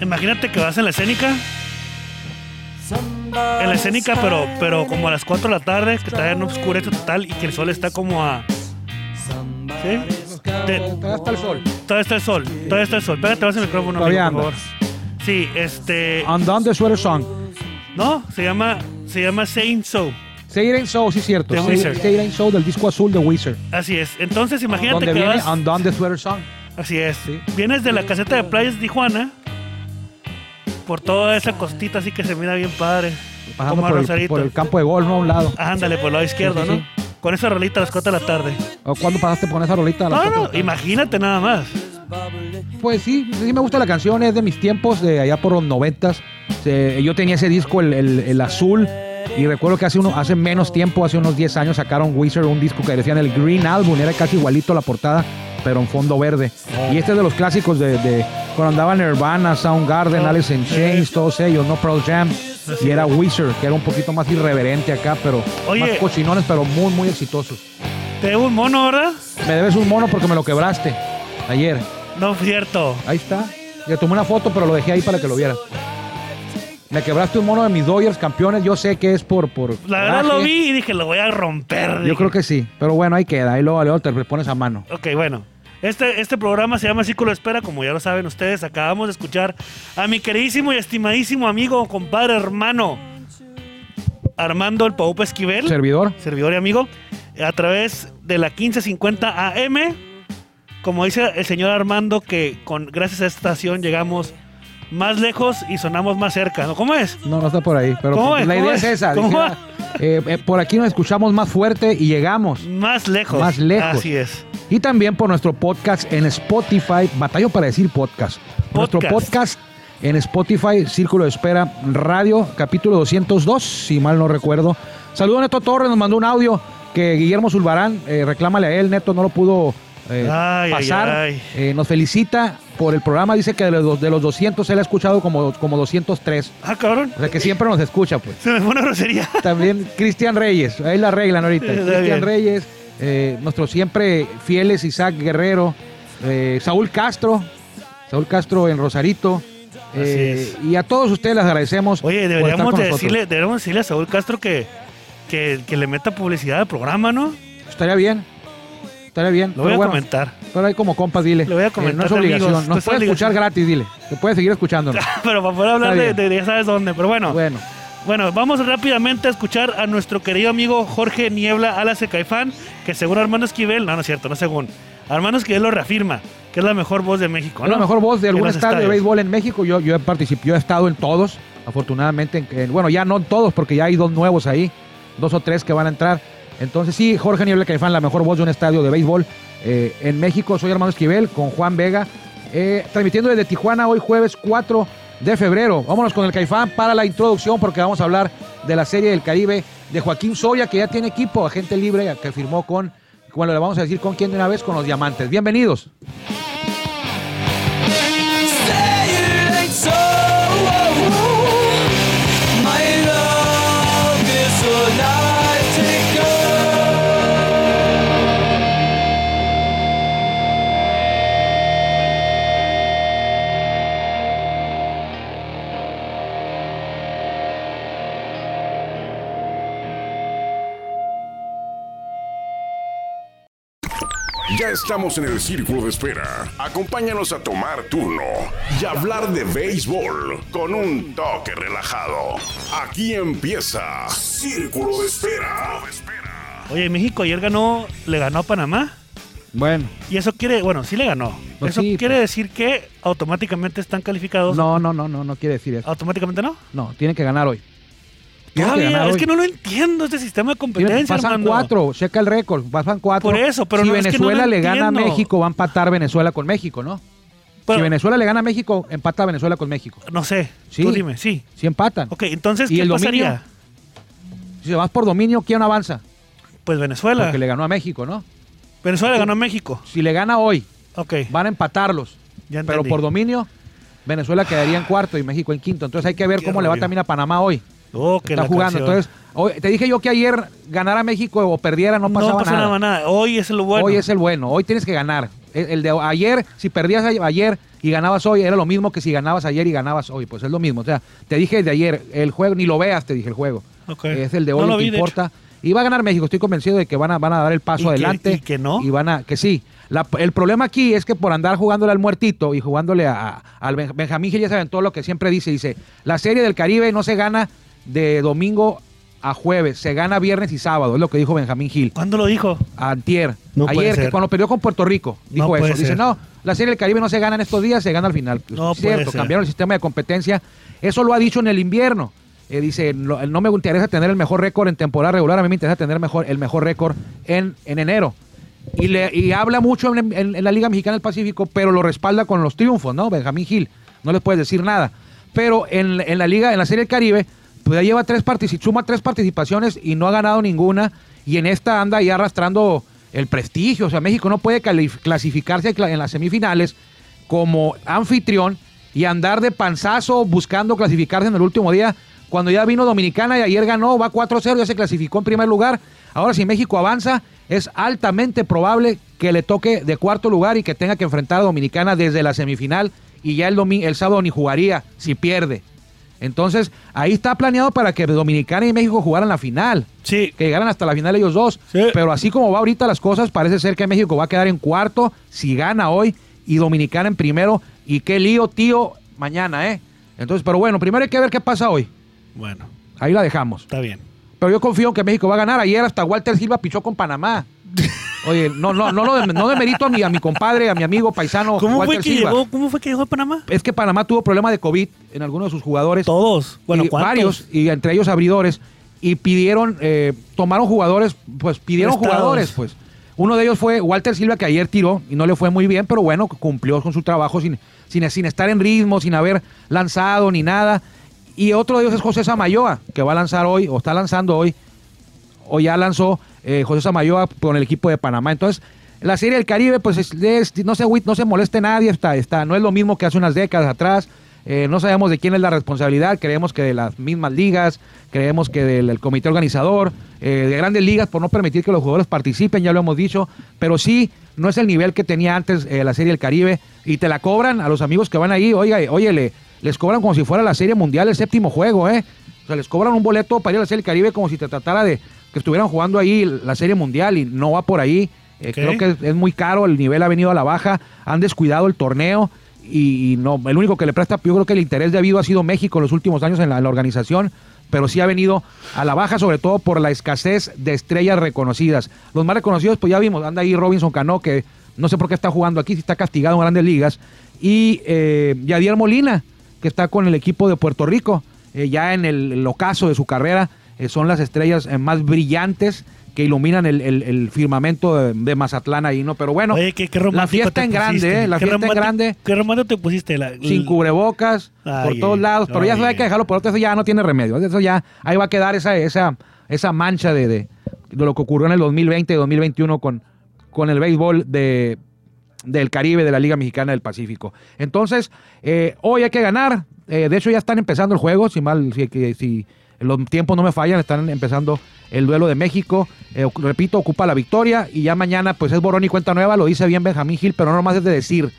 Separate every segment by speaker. Speaker 1: imagínate que vas en la escénica. En la escénica, pero, pero como a las 4 de la tarde, que está en oscurece total y que el sol está como a. ¿Sí? Te-
Speaker 2: Todavía está el sol.
Speaker 1: todavía está el sol, todavía está el sol. Pégate más el micrófono,
Speaker 2: Todavía
Speaker 1: amigo, por
Speaker 2: andas. Ah.
Speaker 1: favor. Sí, este.
Speaker 2: Andando de Sweater Song.
Speaker 1: No, se llama, se llama Saint So.
Speaker 2: Saint and Soul, sí, cierto.
Speaker 1: The
Speaker 2: Saint-
Speaker 1: Wizard.
Speaker 2: Saint and Soul del disco azul de Wizard.
Speaker 1: Así es. Entonces, imagínate
Speaker 2: Donde
Speaker 1: que
Speaker 2: Ah, viene
Speaker 1: vas.
Speaker 2: Andando de Sweater Song.
Speaker 1: Así es.
Speaker 2: Sí.
Speaker 1: Vienes de la caseta de playas de Tijuana por toda esa costita así que se mira bien padre.
Speaker 2: Pasando
Speaker 1: como a
Speaker 2: por el,
Speaker 1: Rosarito.
Speaker 2: por el campo de golf, ¿no? A un lado.
Speaker 1: Ah, ándale, por el lado izquierdo,
Speaker 2: Sí, sí,
Speaker 1: ¿no? Con esa rolita a las 4 de la tarde.
Speaker 2: ¿O cuándo pasaste con esa rolita? a las
Speaker 1: No,
Speaker 2: cuatro de la
Speaker 1: no,
Speaker 2: tarde?
Speaker 1: imagínate nada más.
Speaker 2: Pues sí, sí me gusta la canción, es de mis tiempos, de allá por los noventas. Se- Yo tenía ese disco, el, el- el azul, y recuerdo que hace, uno, hace menos tiempo, hace unos 10 años, sacaron Wizard un disco que decían el Green Album, era casi igualito a la portada, pero en fondo verde. Y este es de los clásicos de, de cuando andaban Nirvana, Soundgarden, Alice in Chains, todos ellos, no Pearl Jam. Y era Wizard, que era un poquito más irreverente acá, pero
Speaker 1: Oye.
Speaker 2: más cochinones, pero muy, muy exitosos.
Speaker 1: Te debo un mono, ¿verdad?
Speaker 2: Me debes un mono porque me lo quebraste ayer.
Speaker 1: No es cierto.
Speaker 2: Ahí está. Le tomé una foto, pero lo dejé ahí para que lo vieras. Me quebraste un mono de mis Dodgers campeones. Yo sé que es por. por
Speaker 1: La verdad
Speaker 2: coraje.
Speaker 1: lo vi y dije, lo voy a romper.
Speaker 2: Yo
Speaker 1: dije.
Speaker 2: creo que sí. Pero bueno, ahí queda. Ahí luego, luego te lo pones a mano.
Speaker 1: Ok, bueno. Este, este programa se llama Círculo de Espera, como ya lo saben ustedes. Acabamos de escuchar a mi queridísimo y estimadísimo amigo, compadre, hermano, Armando el Paupe Esquivel,
Speaker 2: Servidor.
Speaker 1: servidor y amigo, a través de la 1550 AM. Como dice el señor Armando, que con, gracias a esta estación llegamos más lejos y sonamos más cerca. ¿no? ¿Cómo es?
Speaker 2: No, no está por ahí. Pero
Speaker 1: ¿Cómo
Speaker 2: pues
Speaker 1: es?
Speaker 2: la
Speaker 1: ¿Cómo
Speaker 2: idea
Speaker 1: es?
Speaker 2: es, esa.
Speaker 1: ¿Cómo
Speaker 2: dijera, eh, eh, por aquí nos escuchamos más fuerte y llegamos.
Speaker 1: Más lejos.
Speaker 2: Más lejos.
Speaker 1: Así es.
Speaker 2: Y también por nuestro podcast en Spotify. Batallo para decir podcast. Nuestro
Speaker 1: Podcast.
Speaker 2: podcast en Spotify, Círculo de Espera Radio, capítulo 202, si mal no recuerdo. Saludos a Neto Torres, nos mandó un audio que Guillermo Zulbarán, eh, reclámale a él, Neto no lo pudo eh,
Speaker 1: Ay, ay,
Speaker 2: pasar.
Speaker 1: ay.
Speaker 2: Eh, nos felicita por el programa, dice que de los, de los 200 él ha escuchado como, como 203.
Speaker 1: Ah, cabrón.
Speaker 2: O sea que siempre nos escucha, pues.
Speaker 1: Se me fue una grosería.
Speaker 2: También Cristian Reyes, ahí la arreglan ahorita.
Speaker 1: Sí, está bien.
Speaker 2: Cristian Reyes, eh, nuestro siempre fieles Isaac Guerrero, eh, Saúl Castro, Saúl Castro en Rosarito. eh,
Speaker 1: Así
Speaker 2: y a todos ustedes les agradecemos.
Speaker 1: Oye,
Speaker 2: por estar
Speaker 1: deberíamos
Speaker 2: con
Speaker 1: de
Speaker 2: nosotros.
Speaker 1: decirle, deberíamos decirle a Saúl Castro que, que, que le meta publicidad al programa, ¿no?
Speaker 2: Estaría bien. Estaría bien.
Speaker 1: Lo voy
Speaker 2: pero
Speaker 1: a
Speaker 2: bueno,
Speaker 1: comentar.
Speaker 2: Pero ahí como compas, dile.
Speaker 1: Lo voy a
Speaker 2: Eh, no
Speaker 1: comentar
Speaker 2: es
Speaker 1: de
Speaker 2: obligación.
Speaker 1: amigos, no
Speaker 2: Nos
Speaker 1: es
Speaker 2: puede escuchar
Speaker 1: obligación.
Speaker 2: gratis, dile. Te puede seguir escuchándonos.
Speaker 1: Pero para poder hablar de,
Speaker 2: Está bien.
Speaker 1: de ya sabes dónde. Pero bueno, bueno,
Speaker 2: bueno,
Speaker 1: vamos rápidamente a escuchar a nuestro querido amigo Jorge Niebla Alas de Caifán, que según Armando Esquivel, no, no es cierto, no según. Armando Esquivel lo reafirma, que es la mejor voz de México,
Speaker 2: es
Speaker 1: ¿no?
Speaker 2: la mejor voz de
Speaker 1: En
Speaker 2: algún
Speaker 1: los
Speaker 2: estadio de
Speaker 1: estadios.
Speaker 2: béisbol en México. Yo, yo he participado, yo he estado en todos, afortunadamente. en- en- bueno, ya no en todos, porque ya hay dos nuevos ahí, dos o tres que van a entrar. Entonces, sí, Jorge Niebla Caifán, la mejor voz de un estadio de béisbol eh, en México. Soy Armando Esquivel con Juan Vega, eh, transmitiendo desde Tijuana hoy, jueves 4 de febrero. Vámonos con el Caifán para la introducción, porque vamos a hablar de la Serie del Caribe de Joaquín Soria, que ya tiene equipo, agente libre, que firmó con. Bueno, le vamos a decir con quién de una vez, con los Diamantes. Bienvenidos.
Speaker 3: Ya estamos en el círculo de espera. Acompáñanos a tomar turno y hablar de béisbol con un toque relajado. Aquí empieza Círculo de Espera.
Speaker 1: Oye, México ayer ganó, le ganó a Panamá.
Speaker 2: Bueno.
Speaker 1: Y eso quiere, bueno, sí le ganó.
Speaker 2: Pues
Speaker 1: eso
Speaker 2: sí,
Speaker 1: quiere decir que automáticamente están calificados.
Speaker 2: No, no, no, no, no quiere decir eso.
Speaker 1: Automáticamente no.
Speaker 2: No, tiene que ganar hoy. Tiene
Speaker 1: Todavía,
Speaker 2: ganar
Speaker 1: es
Speaker 2: hoy.
Speaker 1: que no lo entiendo este sistema de
Speaker 2: Tiene-
Speaker 1: competencia,
Speaker 2: pasan
Speaker 1: Armando.
Speaker 2: cuatro, checa el récord, pasan cuatro.
Speaker 1: Por eso, pero
Speaker 2: si
Speaker 1: no, es que no lo
Speaker 2: Venezuela le gana a
Speaker 1: entiendo.
Speaker 2: México, va a empatar Venezuela con México, ¿no?
Speaker 1: Pero-
Speaker 2: si Venezuela le gana a México, empata Venezuela con México.
Speaker 1: No sé,
Speaker 2: Sí.
Speaker 1: tú dime, sí.
Speaker 2: Si empatan,
Speaker 1: Ok, entonces,
Speaker 2: ¿Y
Speaker 1: ¿qué
Speaker 2: el dominio?
Speaker 1: pasaría?
Speaker 2: si se vas por dominio, ¿quién avanza?
Speaker 1: Pues Venezuela.
Speaker 2: Porque le ganó a México, ¿no?
Speaker 1: Venezuela ganó a México.
Speaker 2: Si le gana hoy,
Speaker 1: Ok,
Speaker 2: van a empatarlos.
Speaker 1: Ya
Speaker 2: pero
Speaker 1: entendí.
Speaker 2: por dominio, Venezuela quedaría en cuarto y México en quinto. Entonces hay que ver
Speaker 1: Qué
Speaker 2: cómo le va
Speaker 1: rollo.
Speaker 2: también a Panamá hoy.
Speaker 1: Oh, que
Speaker 2: Está
Speaker 1: la
Speaker 2: jugando.
Speaker 1: canción.
Speaker 2: Entonces, hoy- te dije yo que ayer ganara México o perdiera, no
Speaker 1: no
Speaker 2: pasaba
Speaker 1: pasa nada. nada. Hoy es lo bueno.
Speaker 2: Hoy es el bueno, hoy tienes que ganar. El, el de ayer, si perdías a- ayer y ganabas hoy, era lo mismo que si ganabas ayer y ganabas hoy. Pues es lo mismo. O sea, te dije el de ayer, el juego, ni lo veas, te dije el juego.
Speaker 1: Ok.
Speaker 2: Es el de
Speaker 1: No
Speaker 2: hoy,
Speaker 1: lo
Speaker 2: no
Speaker 1: vi, de
Speaker 2: importa. Y va a ganar México, estoy convencido de que van a, van a dar el paso
Speaker 1: Y que-
Speaker 2: adelante.
Speaker 1: y que no.
Speaker 2: Y van a, que sí. La- el problema aquí es que por andar jugándole al muertito y jugándole a, a- al Ben- Benjamín Gil, ya saben todo lo que siempre dice. Dice, la serie del Caribe no se gana de domingo a jueves, se gana viernes y sábado, es lo que dijo Benjamín Gil.
Speaker 1: ¿Cuándo lo dijo?
Speaker 2: Antier,
Speaker 1: No puede
Speaker 2: ayer, que
Speaker 1: ser.
Speaker 2: cuando perdió con Puerto Rico, dijo
Speaker 1: No
Speaker 2: eso.
Speaker 1: puede
Speaker 2: Dice,
Speaker 1: ser.
Speaker 2: no, la serie del Caribe no se gana en estos días, se gana al final. Pues,
Speaker 1: No
Speaker 2: es cierto,
Speaker 1: puede ser.
Speaker 2: cambiaron el sistema de competencia. Eso lo ha dicho en el invierno. Eh, dice, no, no me interesa tener el mejor récord en temporada regular, a mí me interesa tener mejor, el mejor récord en, en enero. Y, le, y habla mucho en, en- en la Liga Mexicana del Pacífico, pero lo respalda con los triunfos, ¿no? Benjamín Gil, no les puedes decir nada. Pero en, en la Liga, en la Serie del Caribe, pues ya lleva tres partici- suma tres participaciones y no ha ganado ninguna. Y en esta anda ya arrastrando el prestigio. O sea, México no puede calif- clasificarse cla- en las semifinales como anfitrión y andar de panzazo buscando clasificarse en el último día. Cuando ya vino Dominicana y ayer ganó, va 4-0, ya se clasificó en primer lugar. Ahora si México avanza, es altamente probable que le toque de cuarto lugar y que tenga que enfrentar a Dominicana desde la semifinal y ya el, domi- el sábado ni jugaría si pierde. Entonces, ahí está planeado para que Dominicana y México jugaran la final
Speaker 1: Sí.
Speaker 2: que llegaran hasta la final ellos dos.
Speaker 1: Sí.
Speaker 2: Pero así como va ahorita las cosas, parece ser que México va a quedar en cuarto si gana hoy y Dominicana en primero. Y qué lío, tío, mañana, ¿eh? Entonces, pero bueno, primero hay que ver qué pasa hoy.
Speaker 1: Bueno,
Speaker 2: Ahí la dejamos.
Speaker 1: está bien.
Speaker 2: Pero yo confío en que México va a ganar. Ayer hasta Walter Silva pichó con Panamá. Oye, no, no, no, lo dem- no demerito a mi, a mi compadre, a mi amigo paisano
Speaker 1: ¿Cómo fue,
Speaker 2: Walter
Speaker 1: que
Speaker 2: Silva.
Speaker 1: llegó, ¿Cómo fue que llegó a Panamá?
Speaker 2: Es que Panamá tuvo problema de COVID en algunos de sus jugadores
Speaker 1: Todos. Bueno,
Speaker 2: y
Speaker 1: ¿cuántos?
Speaker 2: Pues, eh, varios, y entre ellos abridores, y pidieron, eh, tomaron jugadores, pues pidieron
Speaker 1: Prestados.
Speaker 2: jugadores, pues. Uno de ellos fue Walter Silva, que ayer tiró y no le fue muy bien, pero bueno, cumplió con su trabajo sin, sin, sin estar en ritmo, sin haber lanzado ni nada. Y otro de ellos es José Samayoa, que va a lanzar hoy, o está lanzando hoy, o ya lanzó eh, José Samayoa con el equipo de Panamá. Entonces, la Serie del Caribe, pues es- es- no, se, agüi- no se moleste nadie, está, está, no es lo mismo que hace unas décadas atrás. Eh, no sabemos de quién es la responsabilidad, creemos que de las mismas ligas, creemos que del, del comité organizador, eh, de grandes ligas, por no permitir que los jugadores participen, ya lo hemos dicho, pero sí, no es el nivel que tenía antes eh, la Serie del Caribe y te la cobran a los amigos que van ahí, oiga, oye, le- les cobran como si fuera la Serie Mundial el séptimo juego, ¿eh? O sea, les cobran un boleto para ir a la Serie del Caribe como si te tratara de que estuvieran jugando ahí la Serie Mundial y no va por ahí. Eh,
Speaker 1: Ok.
Speaker 2: Creo que es, es muy caro, el nivel ha venido a la baja, han descuidado el torneo y, y no, el único que le presta, yo creo que el interés de habido ha sido México en los últimos años en la, en la organización, pero sí ha venido a la baja, sobre todo por la escasez de estrellas reconocidas. Los más reconocidos, pues ya vimos, anda ahí Robinson Cano, que no sé por qué está jugando aquí, si está castigado en grandes ligas, y eh, Yadier Molina, que está con el equipo de Puerto Rico, eh, ya en el, el ocaso de su carrera, eh, son las estrellas eh, más brillantes que iluminan el, el- el firmamento de, de Mazatlán ahí, ¿no? Pero bueno,
Speaker 1: Oye, qué, qué romántico
Speaker 2: la fiesta
Speaker 1: te
Speaker 2: en grande,
Speaker 1: pusiste.
Speaker 2: ¿eh? La
Speaker 1: Qué
Speaker 2: fiesta en
Speaker 1: romántico-
Speaker 2: grande,
Speaker 1: Qué romántico te pusiste. La,
Speaker 2: sin cubrebocas,
Speaker 1: Ay,
Speaker 2: por
Speaker 1: ay,
Speaker 2: todos lados, pero ya
Speaker 1: ay,
Speaker 2: eso hay que
Speaker 1: ay.
Speaker 2: dejarlo por otro, eso ya no tiene remedio, eso ya, ahí va a quedar esa, esa, esa mancha de, de, de lo que ocurrió en el 2020 y 2021 con, con el béisbol de, del Caribe, de la Liga Mexicana del Pacífico. Entonces, eh, hoy hay que ganar. Eh, de hecho, ya están empezando el juego. Si mal, si, que- si los tiempos no me fallan, están empezando el duelo de México. Eh, ocu- repito, ocupa la victoria. Y ya mañana, pues es borrón y cuenta nueva. Lo dice bien Benjamín Gil, pero no nomás es de decir.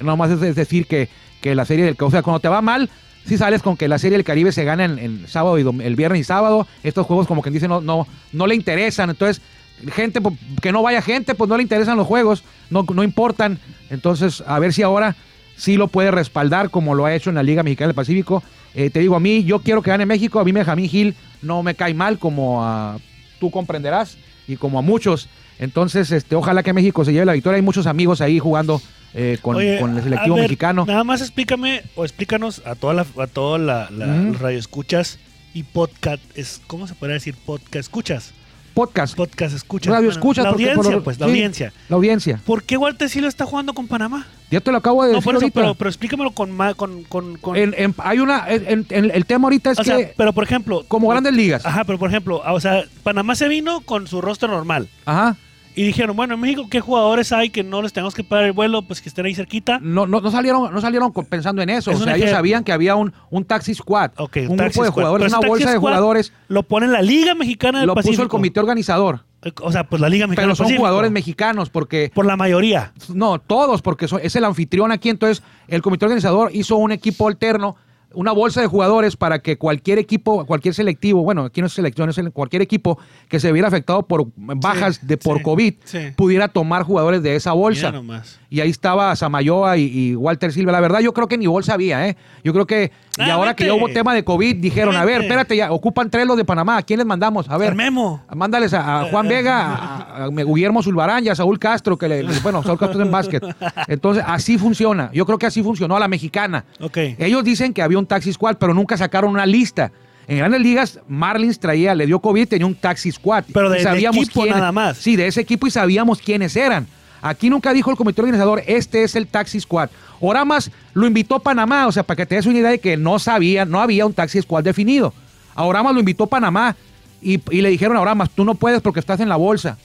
Speaker 2: No nomás es de decir que, que la serie del. O sea, cuando te va mal. Si sales con que la serie del Caribe se gana en, en sábado y dom- el viernes y sábado, estos juegos como quien dice no, no, no le interesan. Entonces, gente pues, que no vaya gente, pues no le interesan los juegos, no, no importan. Entonces, a ver si ahora sí lo puede respaldar como lo ha hecho en la Liga Mexicana del Pacífico. Eh, te digo, a mí yo quiero que gane México, a mí Benjamín Gil no me cae mal como a- tú comprenderás y como a muchos. Entonces, este, ojalá que México se lleve la victoria. Hay muchos amigos ahí jugando eh, con,
Speaker 1: Oye,
Speaker 2: con el
Speaker 1: a
Speaker 2: selectivo
Speaker 1: ver,
Speaker 2: mexicano.
Speaker 1: Nada más explícame o explícanos a toda la, a toda la, la
Speaker 2: Ujú.
Speaker 1: los radioescuchas y podcast es ¿cómo se podría decir podcast escuchas?
Speaker 2: Podcast,
Speaker 1: Podcast escuchas.
Speaker 2: radio
Speaker 1: Bueno,
Speaker 2: escucha.
Speaker 1: la
Speaker 2: porque por
Speaker 1: audiencia,
Speaker 2: lo-
Speaker 1: pues, la
Speaker 2: sí,
Speaker 1: audiencia.
Speaker 2: La audiencia.
Speaker 1: ¿Por qué Walter Silva está jugando con Panamá?
Speaker 2: Ya te lo acabo de
Speaker 1: No,
Speaker 2: decir
Speaker 1: por eso,
Speaker 2: ahorita.
Speaker 1: pero, pero explícamelo con ma- con con, con-
Speaker 2: En- en- hay una, en- en- el tema ahorita es
Speaker 1: o
Speaker 2: que
Speaker 1: sea, pero por ejemplo,
Speaker 2: como grandes ligas.
Speaker 1: Ajá, pero por ejemplo, ah, o sea, Panamá se vino con su rostro normal
Speaker 2: Ajá.
Speaker 1: y dijeron, bueno, en México qué jugadores hay que no les tengamos que pagar el vuelo, pues que estén ahí cerquita.
Speaker 2: No, no, no salieron, no salieron co- pensando en eso.
Speaker 1: Es
Speaker 2: o
Speaker 1: un
Speaker 2: sea, ellos
Speaker 1: ejemplo.
Speaker 2: sabían que había un, un taxi squad,
Speaker 1: Ok,
Speaker 2: un
Speaker 1: Taxi
Speaker 2: grupo de
Speaker 1: Squad.
Speaker 2: jugadores,
Speaker 1: Pero ese
Speaker 2: una
Speaker 1: Taxi
Speaker 2: bolsa de
Speaker 1: Squad
Speaker 2: jugadores.
Speaker 1: Lo pone la Liga Mexicana del
Speaker 2: Lo puso
Speaker 1: Pacífico.
Speaker 2: el comité organizador.
Speaker 1: O sea, pues la Liga Mexicana.
Speaker 2: Pero son
Speaker 1: Pacífico.
Speaker 2: jugadores mexicanos porque
Speaker 1: Por la mayoría.
Speaker 2: No, todos, porque so- es el anfitrión aquí. Entonces, el comité organizador hizo un equipo alterno, una bolsa de jugadores para que cualquier equipo, cualquier selectivo, bueno, aquí no es selección, es el- cualquier equipo que se viera afectado por bajas de por
Speaker 1: sí,
Speaker 2: COVID,
Speaker 1: sí.
Speaker 2: pudiera tomar jugadores de esa bolsa.
Speaker 1: Mira nomás.
Speaker 2: Y ahí estaba Samayoa y, y Walter Silva. La verdad, yo creo que ni bolsa había, ¿eh? Yo creo que. Y
Speaker 1: Ah,
Speaker 2: ahora
Speaker 1: vete.
Speaker 2: que ya hubo tema de COVID, dijeron, a ver,
Speaker 1: Vete.
Speaker 2: espérate, ya, ocupan tres los de Panamá. ¿A quién les mandamos? A ver.
Speaker 1: Armemo.
Speaker 2: Mándales a, a Juan Vega, a, a Guillermo Zulbarán y a Saúl Castro, que le, bueno, Saúl Castro es en básquet. Entonces, así funciona. Yo creo que así funcionó a la mexicana.
Speaker 1: Ok.
Speaker 2: Ellos dicen que había un taxi squad, pero nunca sacaron una lista. En grandes ligas, Marlins traía, le dio COVID, tenía un taxi squad.
Speaker 1: Pero de-
Speaker 2: Y
Speaker 1: de equipo
Speaker 2: quiénes-
Speaker 1: nada más.
Speaker 2: Sí, de ese equipo y sabíamos quiénes eran. Aquí nunca dijo el comité organizador, este es el taxi squad. Ahora más lo invitó Panamá, o sea, para que te des una idea de que no sabía, no había un taxi squad definido. Ahora más lo invitó Panamá y, y le dijeron ahora más, tú no puedes porque estás en la bolsa.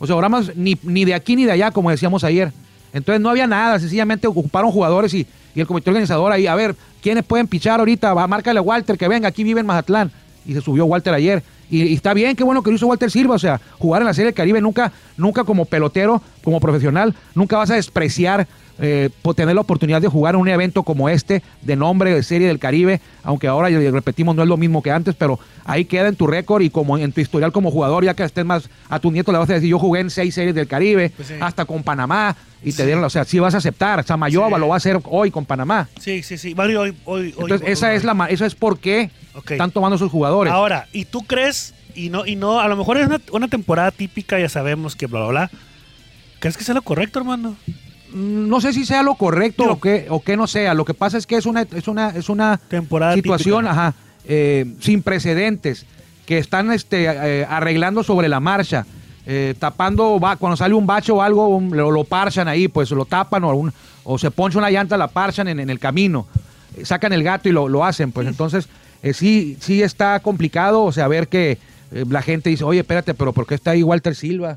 Speaker 2: O sea, ahora más ni, ni de aquí ni de allá, como decíamos ayer. Entonces no había nada, sencillamente ocuparon jugadores y, y el comité organizador ahí, a ver, ¿quiénes pueden pichar ahorita? Va, márcale a Walter, que venga, aquí vive en Mazatlán. Y se subió Walter ayer. Y, y está bien, qué bueno que lo hizo Walter Silva. O sea, jugar en la Serie del Caribe nunca, nunca como pelotero, como profesional, nunca vas a despreciar eh, por tener la oportunidad de jugar en un evento como este, de nombre de Serie del Caribe, aunque ahora, ya repetimos, no es lo mismo que antes, pero ahí queda en tu récord y como en tu historial como jugador, ya que estés más, a tu nieto le vas a decir, yo jugué en seis Series del Caribe,
Speaker 1: Pues sí.
Speaker 2: hasta con Panamá, y te dieron, la- o sea, sí vas a aceptar, Samayoa
Speaker 1: Sí.
Speaker 2: lo va a hacer hoy con Panamá.
Speaker 1: Sí, sí, sí. Mario, hoy. hoy hoy-
Speaker 2: Entonces,
Speaker 1: hoy-
Speaker 2: esa es la, ma- eso es por qué
Speaker 1: Ok.
Speaker 2: están tomando sus jugadores.
Speaker 1: Ahora, ¿y tú crees? Y no, y no, a lo mejor es una, una temporada típica, ya sabemos que bla, bla, bla. ¿Crees que sea lo correcto, hermano?
Speaker 2: no sé si sea lo correcto
Speaker 1: Digo-
Speaker 2: o que o que no sea. Lo que pasa es que es una es una es una
Speaker 1: Temporada
Speaker 2: situación,
Speaker 1: típica.
Speaker 2: ajá, eh, sin precedentes que están este eh, arreglando sobre la marcha, eh, tapando va cuando sale un bache o algo un- lo, lo parchan ahí, pues lo tapan o algún- o se poncha una llanta la parchan en, en el camino, Eh, sacan el gato y lo, lo hacen, pues entonces eh, sí sí está complicado, o sea, ver que eh, la gente dice, oye, espérate, pero ¿por qué está ahí Walter Silva?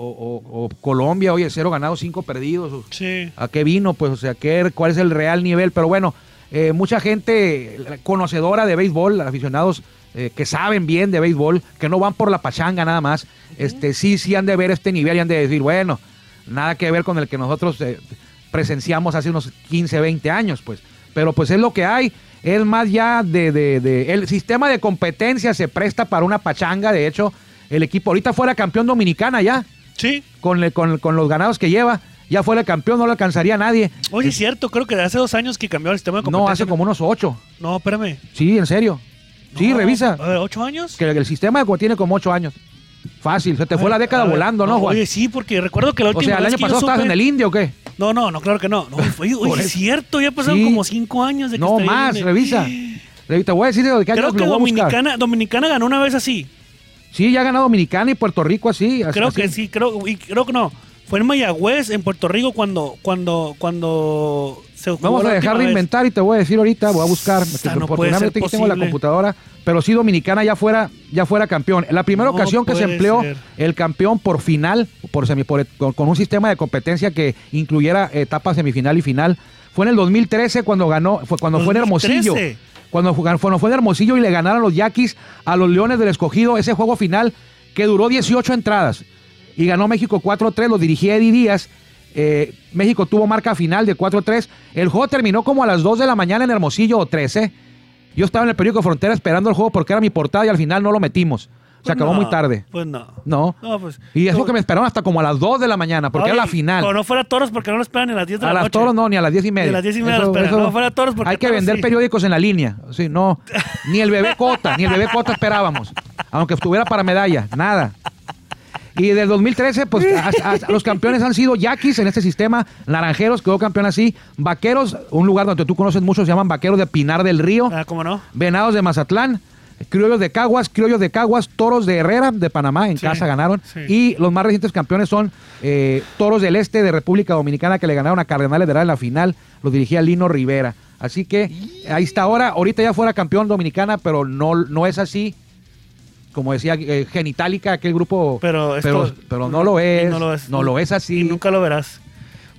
Speaker 2: O, o- o Colombia, oye, cero ganados, cinco perdidos. o-
Speaker 1: Sí.
Speaker 2: ¿A qué vino? Pues, o sea, ¿qué, ¿cuál es el real nivel? Pero bueno, eh, mucha gente conocedora de béisbol, aficionados eh, que saben bien de béisbol, que no van por la pachanga nada más, este, sí, sí han de ver este nivel y han de decir, bueno, nada que ver con el que nosotros eh, presenciamos hace unos 15, 20 años, pues. Pero pues es lo que hay. Es más ya de, de- de- El sistema de competencia se presta para una pachanga. De hecho, el equipo ahorita fuera campeón dominicana ya
Speaker 1: Sí.
Speaker 2: con, le- con- con los ganados que lleva. Ya fuera campeón, no lo alcanzaría a nadie.
Speaker 1: Oye, es cierto, creo que hace dos años que cambió el sistema de
Speaker 2: No,
Speaker 1: competencia.
Speaker 2: hace como unos ocho.
Speaker 1: No, espérame.
Speaker 2: Sí, en serio. Sí,
Speaker 1: No, Ah.
Speaker 2: revisa.
Speaker 1: A ver, ¿ocho años?
Speaker 2: Que el sistema de- tiene como ocho años. Fácil, se te fue
Speaker 1: A
Speaker 2: la
Speaker 1: ver,
Speaker 2: década
Speaker 1: a ver,
Speaker 2: volando, ¿no, Juan?
Speaker 1: Oye, sí, porque recuerdo que la
Speaker 2: o
Speaker 1: última
Speaker 2: sea, el
Speaker 1: vez
Speaker 2: año
Speaker 1: que yo
Speaker 2: pasado estabas
Speaker 1: supe-
Speaker 2: en el Indio, ¿o qué?
Speaker 1: No, no, no, claro que no. no oye,
Speaker 2: Por
Speaker 1: oye,
Speaker 2: eso.
Speaker 1: es cierto, ya pasaron
Speaker 2: Sí.
Speaker 1: como cinco años de que
Speaker 2: No
Speaker 1: está ahí
Speaker 2: más,
Speaker 1: en el-
Speaker 2: revisa. Revi- Te voy a decir de qué
Speaker 1: Creo
Speaker 2: años
Speaker 1: que
Speaker 2: lo voy a buscar.
Speaker 1: Dominicana, Dominicana ganó una vez así.
Speaker 2: Sí, ya ha ganado Dominicana y Puerto Rico así. así-
Speaker 1: Creo que
Speaker 2: así.
Speaker 1: sí, creo, y creo que no. Fue en Mayagüez, en Puerto Rico, cuando, cuando, cuando se jugó
Speaker 2: Vamos
Speaker 1: la
Speaker 2: a dejar
Speaker 1: última
Speaker 2: de
Speaker 1: vez.
Speaker 2: inventar y te voy a decir ahorita, voy a buscar.
Speaker 1: Esta no puede ser
Speaker 2: Afortunadamente aquí tengo la
Speaker 1: posible.
Speaker 2: computadora, pero sí Dominicana ya fuera, ya fuera campeón. La primera
Speaker 1: No
Speaker 2: ocasión que se
Speaker 1: puede
Speaker 2: empleó
Speaker 1: ser.
Speaker 2: el campeón por final, por semi, por- con, con un sistema de competencia que incluyera etapa semifinal y final, fue en el 2013 cuando ganó, fue cuando fue en
Speaker 1: 2013.
Speaker 2: Hermosillo. Cuando jugaron, cuando fue en Hermosillo y le ganaron los Yaquis a los Leones del Escogido ese juego final que duró 18 entradas y ganó México 4-3, lo dirigía Eddie Díaz. Eh, México tuvo marca final de 4-3. El juego terminó como a las 2 de la mañana en Hermosillo o 13. Yo estaba en el periódico Frontera esperando el juego porque era mi portada y al final no lo metimos. Se
Speaker 1: Pues
Speaker 2: acabó
Speaker 1: no,
Speaker 2: muy tarde.
Speaker 1: Pues no.
Speaker 2: No.
Speaker 1: No, pues.
Speaker 2: Y eso
Speaker 1: no.
Speaker 2: que me esperaron hasta como a las 2 de la mañana porque era la
Speaker 1: Oye,
Speaker 2: final.
Speaker 1: O no fuera toros porque no lo esperan ni a las 10 de
Speaker 2: A
Speaker 1: la
Speaker 2: las
Speaker 1: noche.
Speaker 2: toros no, ni a las 10 y media.
Speaker 1: Ni a las 10 y media lo esperan. No, fuera toros porque
Speaker 2: Hay que
Speaker 1: toros
Speaker 2: vender
Speaker 1: sí.
Speaker 2: periódicos en la línea. Sí, no. Ni el bebé Cota, ni el bebé Cota esperábamos. Aunque estuviera para medalla, nada. Y del 2013, pues a- a- los campeones han sido Yaquis en este sistema, Naranjeros quedó campeón así, Vaqueros, un lugar donde tú conoces mucho, se llaman Vaqueros de Pinar del Río.
Speaker 1: Ah, ¿cómo no?
Speaker 2: Venados de Mazatlán, Criollos de Caguas, Criollos de Caguas, Toros de Herrera de Panamá, en
Speaker 1: Sí,
Speaker 2: casa ganaron.
Speaker 1: sí.
Speaker 2: Y los más recientes campeones son eh, Toros del Este de República Dominicana, que le ganaron a Cardenales de Herrera en la final, los dirigía Lino Rivera. Así que ahí está ahora, ahorita ya fuera campeón dominicana, pero no, no es así. Como decía eh, Genitalica, aquel grupo,
Speaker 1: Pero es
Speaker 2: pero,
Speaker 1: todo-
Speaker 2: pero no lo
Speaker 1: y
Speaker 2: es,
Speaker 1: no
Speaker 2: no
Speaker 1: lo
Speaker 2: lo
Speaker 1: es.
Speaker 2: es, así.
Speaker 1: Y nunca lo verás.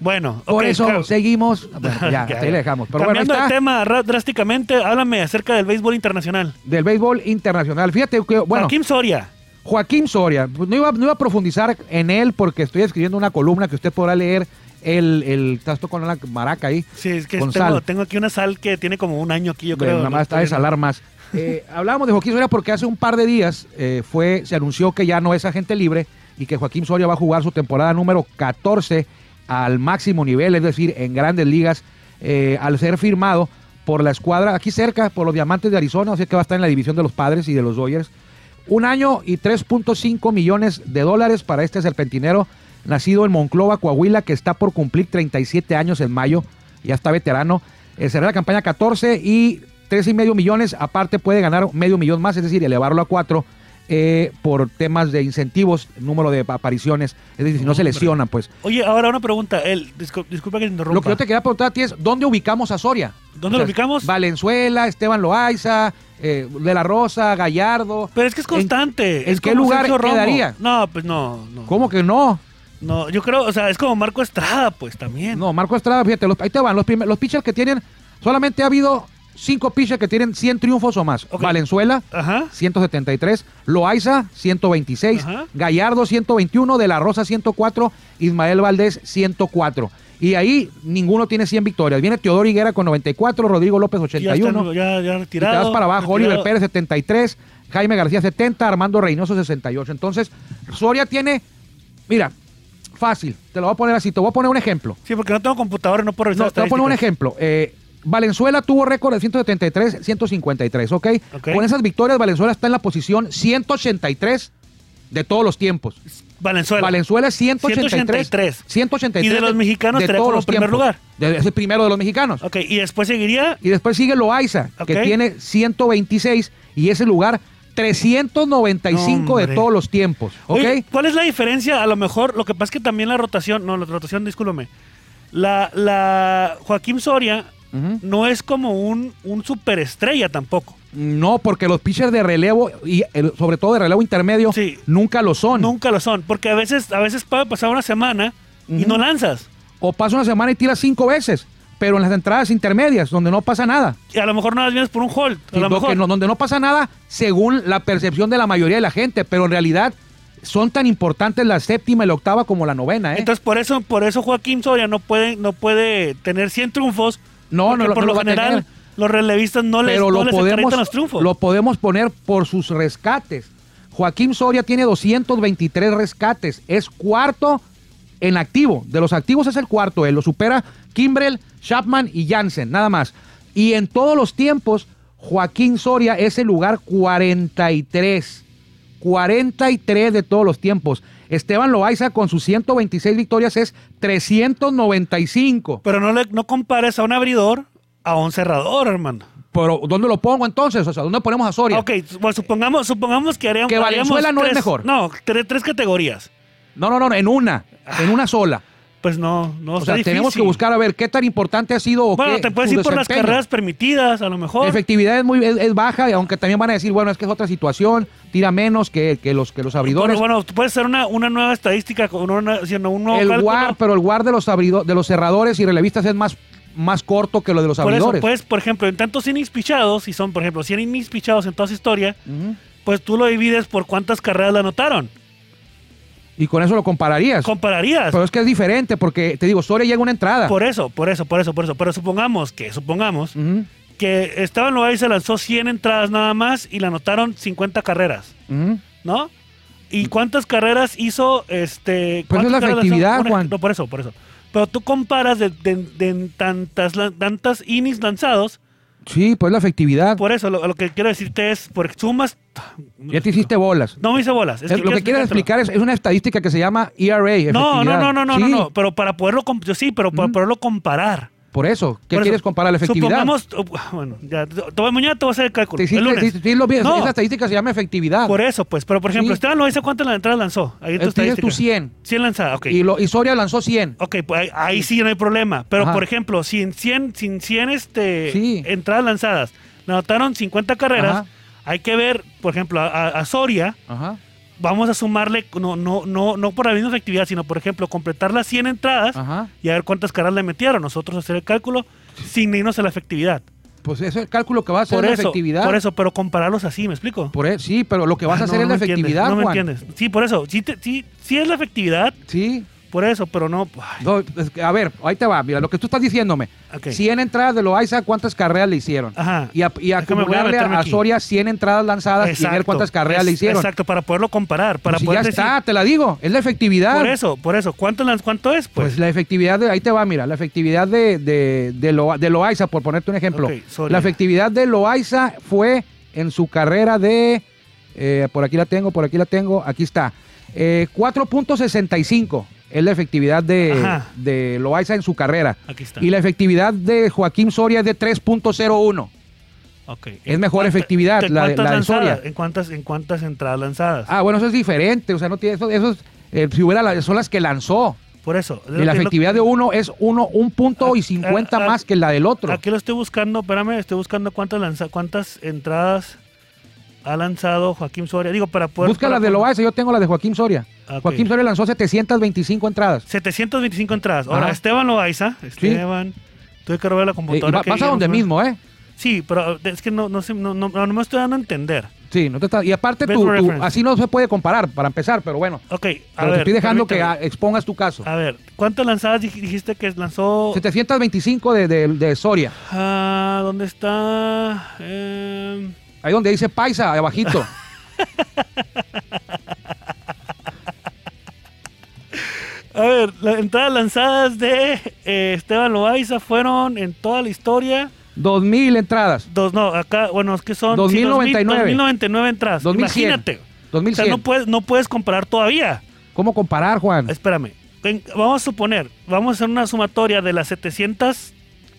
Speaker 1: Bueno,
Speaker 2: Por
Speaker 1: ok,
Speaker 2: eso
Speaker 1: claro.
Speaker 2: seguimos, Ah, bueno, ya,
Speaker 1: Ya,
Speaker 2: hasta ahí
Speaker 1: ya.
Speaker 2: le dejamos. Pero bueno, ahí
Speaker 1: Cambiando
Speaker 2: está.
Speaker 1: de tema ra- drásticamente, háblame acerca del béisbol internacional.
Speaker 2: del béisbol internacional. Fíjate que, bueno,
Speaker 1: Joaquín Soria.
Speaker 2: Joaquín Soria, no iba, no iba a profundizar en él porque estoy escribiendo una columna que usted podrá leer. El, el estás con una maraca ahí.
Speaker 1: Sí, es que
Speaker 2: con
Speaker 1: tengo,
Speaker 2: sal.
Speaker 1: tengo aquí una sal que tiene como un año aquí, yo creo.
Speaker 2: nada
Speaker 1: ¿no?
Speaker 2: más está de salar más. Eh, hablábamos de Joaquín Soria porque hace un par de días eh, fue, se anunció que ya no es agente libre y que Joaquín Soria va a jugar su temporada número 14 al máximo nivel, es decir, en grandes ligas, eh, al ser firmado por la escuadra aquí cerca, por los Diamantes de Arizona, así que va a estar en la división de los padres y de los Dodgers. Un año y 3.5 millones de dólares para este serpentinero, nacido en Monclova, Coahuila, que está por cumplir 37 años en mayo, ya está veterano. Eh, será la campaña 14 y 3,5 millones, aparte puede ganar medio millón más, es decir, elevarlo a 4 eh, por temas de incentivos, número de apariciones, es decir, si no se
Speaker 1: Hombre.
Speaker 2: lesionan, pues.
Speaker 1: Oye, ahora una pregunta. El, discul- disculpa que te interrumpa.
Speaker 2: Lo que yo te quería preguntar a ti es, ¿dónde ubicamos a Soria?
Speaker 1: ¿Dónde lo ubicamos?
Speaker 2: Valenzuela, Esteban Loaiza, eh, De La Rosa, Gallardo.
Speaker 1: Pero es que es constante.
Speaker 2: en
Speaker 1: es
Speaker 2: qué
Speaker 1: como
Speaker 2: lugar
Speaker 1: Sergio Romo.
Speaker 2: quedaría?
Speaker 1: No, pues no, no.
Speaker 2: ¿Cómo que no?
Speaker 1: No, yo creo, o sea, es como Marco Estrada, pues también.
Speaker 2: No, Marco Estrada, fíjate, los- ahí te van. Los, primer- los pitchers que tienen, solamente ha habido cinco pitchers que tienen 100 triunfos o más.
Speaker 1: Ok.
Speaker 2: Valenzuela,
Speaker 1: Ajá.
Speaker 2: 173, Loaiza, 126,
Speaker 1: Ajá.
Speaker 2: Gallardo, 121, De La Rosa, 104, Ismael Valdés, 104. Y ahí ninguno tiene 100 victorias. Viene Teodoro Higuera con 94, Rodrigo López,
Speaker 1: Ya, está,
Speaker 2: 81.
Speaker 1: ya, ya
Speaker 2: Y te
Speaker 1: retirado.
Speaker 2: vas para abajo,
Speaker 1: retirado.
Speaker 2: Oliver Pérez 73, Jaime García 70, Armando Reynoso 68. Entonces, Soria tiene, mira, fácil, te lo voy a poner así, te voy a poner un ejemplo.
Speaker 1: Sí, porque no tengo computadora, no puedo revisar
Speaker 2: No, te voy a poner un
Speaker 1: estadísticas.
Speaker 2: ejemplo. Eh, Valenzuela tuvo récord de 173, 153, ¿ok?
Speaker 1: Ok.
Speaker 2: Con esas victorias, Valenzuela está en la posición 183 de todos los tiempos.
Speaker 1: Valenzuela.
Speaker 2: Valenzuela es 183.
Speaker 1: 183.
Speaker 2: 183.
Speaker 1: Y de los mexicanos estaría como primer lugar.
Speaker 2: De- Es el primero de los mexicanos.
Speaker 1: Ok, y después seguiría.
Speaker 2: Y después sigue Loaiza,
Speaker 1: Ok.
Speaker 2: que tiene 126 y ese lugar 395
Speaker 1: Hombre.
Speaker 2: de todos los tiempos. ¿Ok?
Speaker 1: Oye, ¿Cuál es la diferencia? A lo mejor, lo que pasa es que también la rotación, no, la rotación, discúlpame. La, la Joaquín Soria
Speaker 2: Ujú.
Speaker 1: no es como un, un superestrella tampoco.
Speaker 2: No, porque los pitchers de relevo, y el- sobre todo de relevo intermedio,
Speaker 1: Sí.
Speaker 2: nunca lo son.
Speaker 1: Nunca lo son, porque a veces, a veces puede pasar una semana y
Speaker 2: Ujú.
Speaker 1: no lanzas.
Speaker 2: O pasa una semana y tira cinco veces, pero en las entradas intermedias, donde no pasa nada.
Speaker 1: Y a lo mejor no las vienes por un hold. A
Speaker 2: Y
Speaker 1: lo
Speaker 2: lo que
Speaker 1: mejor.
Speaker 2: no- donde no pasa nada, según la percepción de la mayoría de la gente, pero en realidad son tan importantes la séptima y la octava como la novena. ¿eh?
Speaker 1: Entonces por eso, por eso Joaquín Soria no puede, no puede tener 100 triunfos.
Speaker 2: No,
Speaker 1: porque
Speaker 2: no lo-
Speaker 1: por
Speaker 2: no
Speaker 1: lo
Speaker 2: lo va a
Speaker 1: general
Speaker 2: tener.
Speaker 1: los relevistas no les, no
Speaker 2: pero lo
Speaker 1: les
Speaker 2: podemos,
Speaker 1: acreditan los triunfos.
Speaker 2: lo podemos poner por sus rescates. Joaquín Soria tiene 223 rescates, es cuarto en activo. De los activos es el cuarto, él lo supera Kimbrel, Chapman y Jansen, nada más. Y en todos los tiempos, Joaquín Soria es el lugar 43. 43 de todos los tiempos. Esteban Loaiza con sus 126 victorias es 395.
Speaker 1: Pero no, le, no compares a un abridor a un cerrador, hermano.
Speaker 2: Pero, ¿dónde lo pongo entonces? O sea, ¿dónde ponemos a Soria?
Speaker 1: Ok, bueno, supongamos, supongamos que haríamos.
Speaker 2: Que Valenzuela
Speaker 1: haríamos
Speaker 2: no es
Speaker 1: tres-
Speaker 2: mejor.
Speaker 1: No, tres, tres categorías.
Speaker 2: No, no, no, en una, en una sola.
Speaker 1: Pues no, no
Speaker 2: O
Speaker 1: está
Speaker 2: sea, tenemos
Speaker 1: difícil.
Speaker 2: que buscar a ver qué tan importante ha sido o
Speaker 1: Bueno,
Speaker 2: qué
Speaker 1: te puedes
Speaker 2: su
Speaker 1: ir por las
Speaker 2: desempeño.
Speaker 1: carreras permitidas, a lo
Speaker 2: La
Speaker 1: mejor.
Speaker 2: efectividad es muy es, es baja, y aunque también van a decir, bueno, es que es otra situación, tira menos que, que los que los
Speaker 1: Bueno,
Speaker 2: abridores.
Speaker 1: bueno, tú puedes hacer una, una nueva estadística con una, sino un nuevo
Speaker 2: el
Speaker 1: cálculo.
Speaker 2: WAR, pero el WAR de los abrido- de los cerradores y relevistas es más, más corto que lo de los
Speaker 1: por eso,
Speaker 2: abridores.
Speaker 1: pues, por ejemplo, en tantos innings pichados, si son, por ejemplo, 100 innings pichados en toda su historia,
Speaker 2: Ujú.
Speaker 1: pues tú lo divides por cuántas carreras la anotaron.
Speaker 2: Y con eso lo compararías.
Speaker 1: Compararías.
Speaker 2: pero es que es diferente porque te digo, Soria llega a una entrada.
Speaker 1: Por eso, por eso, por eso, por eso. Pero supongamos que, supongamos
Speaker 2: Ujú,
Speaker 1: que Esteban Loaiza se lanzó 100 entradas nada más y la anotaron 50 carreras,
Speaker 2: ujú.
Speaker 1: ¿no? ¿Y cuántas carreras hizo este?
Speaker 2: Mm. Pues es
Speaker 1: cuántas
Speaker 2: la
Speaker 1: carreras
Speaker 2: efectividad,
Speaker 1: lanzó? Una-
Speaker 2: Juan.
Speaker 1: No, por eso, por eso. Pero tú comparas de, de- de tantas, lan- tantas innings lanzados,
Speaker 2: Sí, pues la efectividad.
Speaker 1: por eso lo, lo que quiero decirte es, porque sumas...
Speaker 2: ya te hiciste bolas.
Speaker 1: No me hice bolas. es
Speaker 2: Es- lo
Speaker 1: quiero
Speaker 2: que quieres
Speaker 1: explicártelo.
Speaker 2: explicar es, es una estadística que se llama ERA.
Speaker 1: No, no,
Speaker 2: efectividad.
Speaker 1: no, no, no,
Speaker 2: Sí,
Speaker 1: no, no, pero para poderlo, comp- yo sí, pero para
Speaker 2: Ujú.
Speaker 1: poderlo comparar.
Speaker 2: Por eso, ¿qué
Speaker 1: Por eso,
Speaker 2: quieres comparar la efectividad?
Speaker 1: Supongamos, uh, bueno, ya, te voy- mañana te voy a hacer el cálculo.
Speaker 2: Te hiciste-
Speaker 1: el lunes.
Speaker 2: te- te- lo vi-
Speaker 1: No.
Speaker 2: Esa estadística se llama efectividad.
Speaker 1: Por eso, pues. Pero, por ejemplo,
Speaker 2: Ah, Sí.
Speaker 1: Esteban Loaiza, ¿cuántas la entradas lanzó? Ahí en tu
Speaker 2: Él tiene
Speaker 1: estadística.
Speaker 2: tus 100.
Speaker 1: 100 lanzadas, ok.
Speaker 2: Y, lo, y Soria lanzó 100.
Speaker 1: Ok, pues ahí, ahí sí no hay problema. Pero,
Speaker 2: Ajá.
Speaker 1: por ejemplo, si en 100, sin 100 este,
Speaker 2: Sí.
Speaker 1: entradas lanzadas le anotaron 50 carreras,
Speaker 2: Ajá.
Speaker 1: hay que ver, por ejemplo, a, a- a Soria,
Speaker 2: Ajá.
Speaker 1: vamos a sumarle, no, no, no, no por la misma efectividad, sino, por ejemplo, completar las 100 entradas
Speaker 2: Ajá.
Speaker 1: y a ver cuántas carreras le metieron. Nosotros hacer el cálculo sin irnos a la efectividad.
Speaker 2: Pues eso es el cálculo que va a hacer
Speaker 1: Por
Speaker 2: la
Speaker 1: eso,
Speaker 2: efectividad.
Speaker 1: por eso, pero compararlos así, ¿me explico?
Speaker 2: Por e- sí, pero lo que vas a
Speaker 1: Ah,
Speaker 2: hacer
Speaker 1: no,
Speaker 2: es
Speaker 1: no
Speaker 2: la
Speaker 1: me entiendes,
Speaker 2: efectividad,
Speaker 1: No me
Speaker 2: Juan.
Speaker 1: entiendes. Sí, por eso. Sí, te- sí, sí es la efectividad,
Speaker 2: Sí.
Speaker 1: por eso, pero no. ay,
Speaker 2: No, es que, a ver, ahí te va. Mira, lo que tú estás diciéndome.
Speaker 1: ok.
Speaker 2: 100 entradas de Loaiza, ¿cuántas carreras le hicieron?
Speaker 1: Ajá.
Speaker 2: Y, a, y
Speaker 1: Es que me voy a
Speaker 2: acumularle
Speaker 1: meterme
Speaker 2: a,
Speaker 1: aquí.
Speaker 2: Soria 100 entradas lanzadas y ver
Speaker 1: Exacto,
Speaker 2: cuántas carreras
Speaker 1: es-
Speaker 2: le hicieron.
Speaker 1: Exacto, para poderlo comparar, para
Speaker 2: Pues si ya
Speaker 1: poder decir.
Speaker 2: está, te la digo. Es la efectividad.
Speaker 1: Por eso, por eso. ¿Cuánto, lan- cuánto es?
Speaker 2: Pues,
Speaker 1: Pues,
Speaker 2: la efectividad de, ahí te va, mira, la efectividad de, de, de, Lo- de Loaiza, por ponerte un ejemplo.
Speaker 1: Ok, Soria.
Speaker 2: la efectividad de Loaiza fue en su carrera de, eh, por aquí la tengo, por aquí la tengo, aquí está. Eh, 4.65 es la efectividad de,
Speaker 1: Ajá.
Speaker 2: de Loaiza en su carrera.
Speaker 1: aquí está.
Speaker 2: Y la efectividad de Joaquín Soria es de 3.01.
Speaker 1: Ok.
Speaker 2: es mejor
Speaker 1: ¿Cuánta-
Speaker 2: efectividad
Speaker 1: de
Speaker 2: la de-
Speaker 1: cuántas
Speaker 2: la de
Speaker 1: lanzadas?
Speaker 2: Soria.
Speaker 1: ¿En cuántas, ¿En cuántas entradas lanzadas?
Speaker 2: Ah, bueno, eso es diferente, o sea, no tiene, eso, eso es, eh, si hubiera la- son las que lanzó.
Speaker 1: por eso.
Speaker 2: Y la efectividad de uno es uno, un punto y
Speaker 1: Ah,
Speaker 2: 50
Speaker 1: ah,
Speaker 2: más que la del otro.
Speaker 1: Aquí lo estoy buscando, espérame, estoy buscando cuántas, lanza- cuántas entradas ha lanzado Joaquín Soria. Digo, para poder.
Speaker 2: Busca la
Speaker 1: para-
Speaker 2: de Loaiza, yo tengo la de Joaquín Soria.
Speaker 1: Ok.
Speaker 2: Joaquín Soria lanzó 725 entradas.
Speaker 1: 725 entradas. Ahora,
Speaker 2: Ajá.
Speaker 1: Esteban Loaiza. Esteban. Tuve que robar la
Speaker 2: Eh, y
Speaker 1: computadora.
Speaker 2: va-
Speaker 1: que
Speaker 2: vas a
Speaker 1: ya
Speaker 2: donde
Speaker 1: no-
Speaker 2: mismo, ¿eh?
Speaker 1: Sí, pero es que no, no, sé, no, no, no me estoy dando a entender.
Speaker 2: Sí, no te está- y aparte
Speaker 1: Best
Speaker 2: tú, tú-
Speaker 1: reference.
Speaker 2: así no se puede comparar para empezar, pero bueno.
Speaker 1: Ok, a
Speaker 2: Pero te
Speaker 1: ver.
Speaker 2: estoy dejando
Speaker 1: permíteme.
Speaker 2: que ah, expongas tu caso.
Speaker 1: A ver, ¿cuántas lanzadas dij- dijiste que lanzó?
Speaker 2: 725 de, de- de Soria.
Speaker 1: Ah, ¿Dónde está? Em,
Speaker 2: Ahí donde dice Paisa, abajito.
Speaker 1: a ver, las entradas lanzadas de eh, Esteban Loaiza fueron en toda la historia.
Speaker 2: 2000 entradas.
Speaker 1: Dos, no, acá, bueno, es que son. sí,
Speaker 2: 2099.
Speaker 1: 2099 entradas.
Speaker 2: 2100.
Speaker 1: Imagínate. O
Speaker 2: 2100.
Speaker 1: sea, no puedes, no puedes comparar todavía.
Speaker 2: ¿Cómo comparar, Juan?
Speaker 1: Espérame. En- vamos a suponer, vamos a hacer una sumatoria de las 700.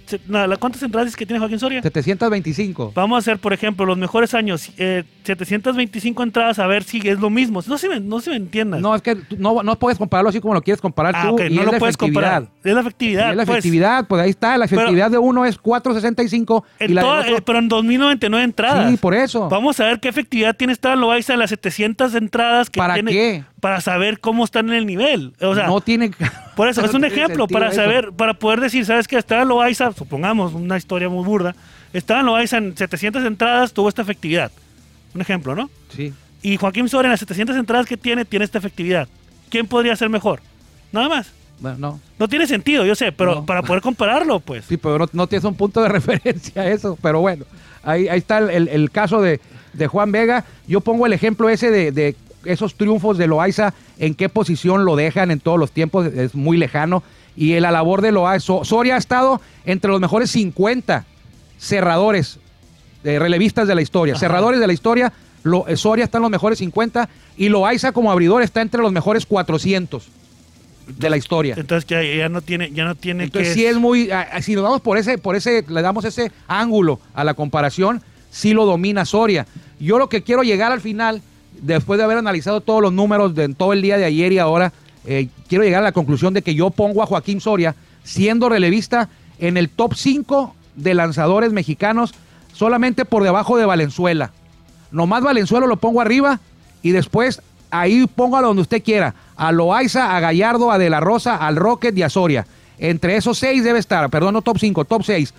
Speaker 1: se- no, ¿la- ¿Cuántas entradas dices que tiene Joaquín Soria?
Speaker 2: 725.
Speaker 1: Vamos a hacer, por ejemplo, los mejores años, eh, 725 entradas, a ver si es lo mismo. No se me, no se me entiendas.
Speaker 2: No, es que tú- no, no puedes compararlo así como lo quieres comparar
Speaker 1: Ah,
Speaker 2: tú.
Speaker 1: ok,
Speaker 2: y
Speaker 1: no
Speaker 2: es
Speaker 1: lo
Speaker 2: la
Speaker 1: puedes
Speaker 2: efectividad.
Speaker 1: comparar. Es la efectividad.
Speaker 2: Y es la
Speaker 1: pues.
Speaker 2: efectividad, pues ahí está. La
Speaker 1: Pero-
Speaker 2: efectividad de uno es 4.65
Speaker 1: En
Speaker 2: y la del
Speaker 1: toda-
Speaker 2: otro-
Speaker 1: eh, pero en 2099 entradas.
Speaker 2: Sí, por eso.
Speaker 1: Vamos a ver qué efectividad tiene Esteban Loaiza en las 700 entradas que
Speaker 2: ¿Para
Speaker 1: tiene.
Speaker 2: qué?
Speaker 1: Para saber cómo están en el nivel. O sea,
Speaker 2: no tiene.
Speaker 1: por eso,
Speaker 2: no
Speaker 1: es un
Speaker 2: tiene
Speaker 1: ejemplo
Speaker 2: sentido
Speaker 1: para
Speaker 2: eso.
Speaker 1: saber, para poder decir, ¿sabes qué? Esteban Loaiza, supongamos una historia muy burda, Esteban Loaiza en 700 entradas tuvo esta efectividad. Un ejemplo, ¿no?
Speaker 2: Sí.
Speaker 1: Y Joaquín Soria en las 700 entradas que tiene, tiene esta efectividad. ¿Quién podría ser mejor? Nada más.
Speaker 2: Bueno, no.
Speaker 1: No tiene sentido, yo sé, pero
Speaker 2: No.
Speaker 1: para poder compararlo, pues.
Speaker 2: Sí, pero no, no tienes un punto de referencia a eso. Pero bueno, ahí, ahí está el, el- el caso de, de Juan Vega. Yo pongo el ejemplo ese de, de esos triunfos de Loaiza, en qué posición lo dejan en todos los tiempos, es muy lejano. Y en la labor de Loaiza, So- Soria ha estado entre los mejores 50 cerradores, eh, relevistas de la historia,
Speaker 1: Ajá.
Speaker 2: cerradores de la historia. Lo, eh, Soria está en los mejores 50 y Loaiza como abridor está entre los mejores 400 de la historia.
Speaker 1: Entonces ya, ya no tiene, ya no tiene
Speaker 2: Entonces
Speaker 1: que.
Speaker 2: sí es muy, a- a- si nos vamos por ese, por ese, le damos ese ángulo a la comparación, sí lo domina Soria. Yo lo que quiero llegar al final, después de haber analizado todos los números de en todo el día de ayer y ahora, eh, quiero llegar a la conclusión de que yo pongo a Joaquín Soria, siendo relevista, en el top 5 de lanzadores mexicanos, solamente por debajo de Valenzuela. Nomás Valenzuela lo pongo arriba y después ahí póngalo donde usted quiera. A Loaiza, a Gallardo, a De La Rosa, al Rocket y a Soria. Entre esos seis debe estar, perdón, no top cinco, top seis.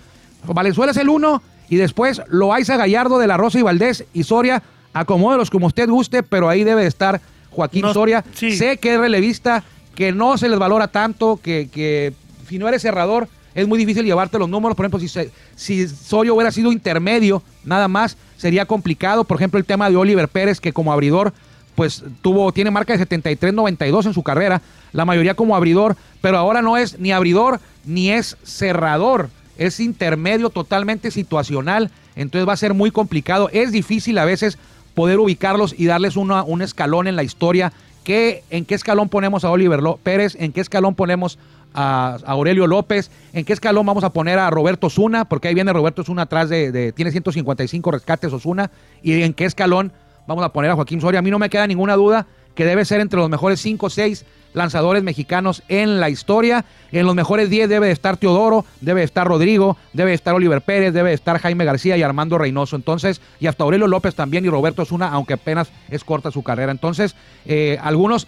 Speaker 2: Valenzuela es el uno y después Loaiza, Gallardo, De La Rosa y Valdés y Soria. Acomódelos como usted guste, pero ahí debe de estar Joaquín
Speaker 1: No,
Speaker 2: Soria.
Speaker 1: sí.
Speaker 2: Sé que es relevista, que no se les valora tanto, que, que si no eres cerrador es muy difícil llevarte los números. Por ejemplo, si, se- si Soria hubiera sido intermedio, nada más, sería complicado. Por ejemplo, el tema de Oliver Pérez, que como abridor, pues tuvo, tiene marca de 73-92 en su carrera, la mayoría como abridor, pero ahora no es ni abridor ni es cerrador. Es intermedio totalmente situacional, entonces va a ser muy complicado. Es difícil a veces poder ubicarlos y darles una- un escalón en la historia. ¿Qué, ¿En qué escalón ponemos a Oliver Lo- Pérez? ¿En qué escalón ponemos a, a Aurelio López? ¿En qué escalón vamos a poner a Roberto Zuna? Porque ahí viene Roberto Zuna atrás de, de- tiene 155 rescates Osuna. ¿Y en qué escalón vamos a poner a Joaquín Soria? A mí no me queda ninguna duda que debe ser entre los mejores 5 o 6 lanzadores mexicanos en la historia. En los mejores 10 debe de estar Teodoro, debe de estar Rodrigo, debe de estar Oliver Pérez, debe de estar Jaime García y Armando Reynoso. Entonces, y hasta Aurelio López también y Roberto Zuna, aunque apenas es corta su carrera. Entonces, eh, algunos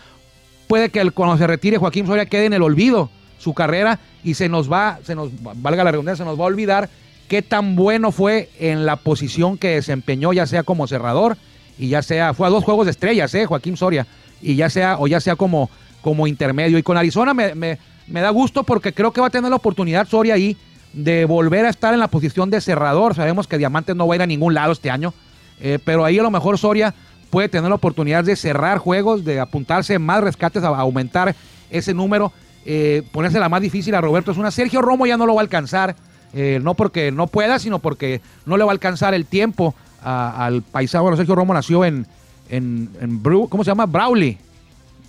Speaker 2: puede que el- cuando se retire Joaquín Soria quede en el olvido su carrera y se nos va, se nos valga la redundancia, se nos va a olvidar qué tan bueno fue en la posición que desempeñó, ya sea como cerrador y ya sea, fue a dos juegos de estrellas, ¿eh? Joaquín Soria, y ya sea, o ya sea como, como intermedio. Y con Arizona me, me- me da gusto porque creo que va a tener la oportunidad Soria ahí de volver a estar en la posición de cerrador. Sabemos que Diamantes no va a ir a ningún lado este año, eh, pero ahí a lo mejor Soria puede tener la oportunidad de cerrar juegos, de apuntarse más rescates, a a aumentar ese número, eh, ponerse la más difícil a Roberto Osuna. Sergio Romo ya no lo va a alcanzar, eh, no porque no pueda, sino porque no le va a alcanzar el tiempo a- al paisano. Bueno, Sergio Romo nació en, en, en Bru- ¿cómo se llama? Brawley.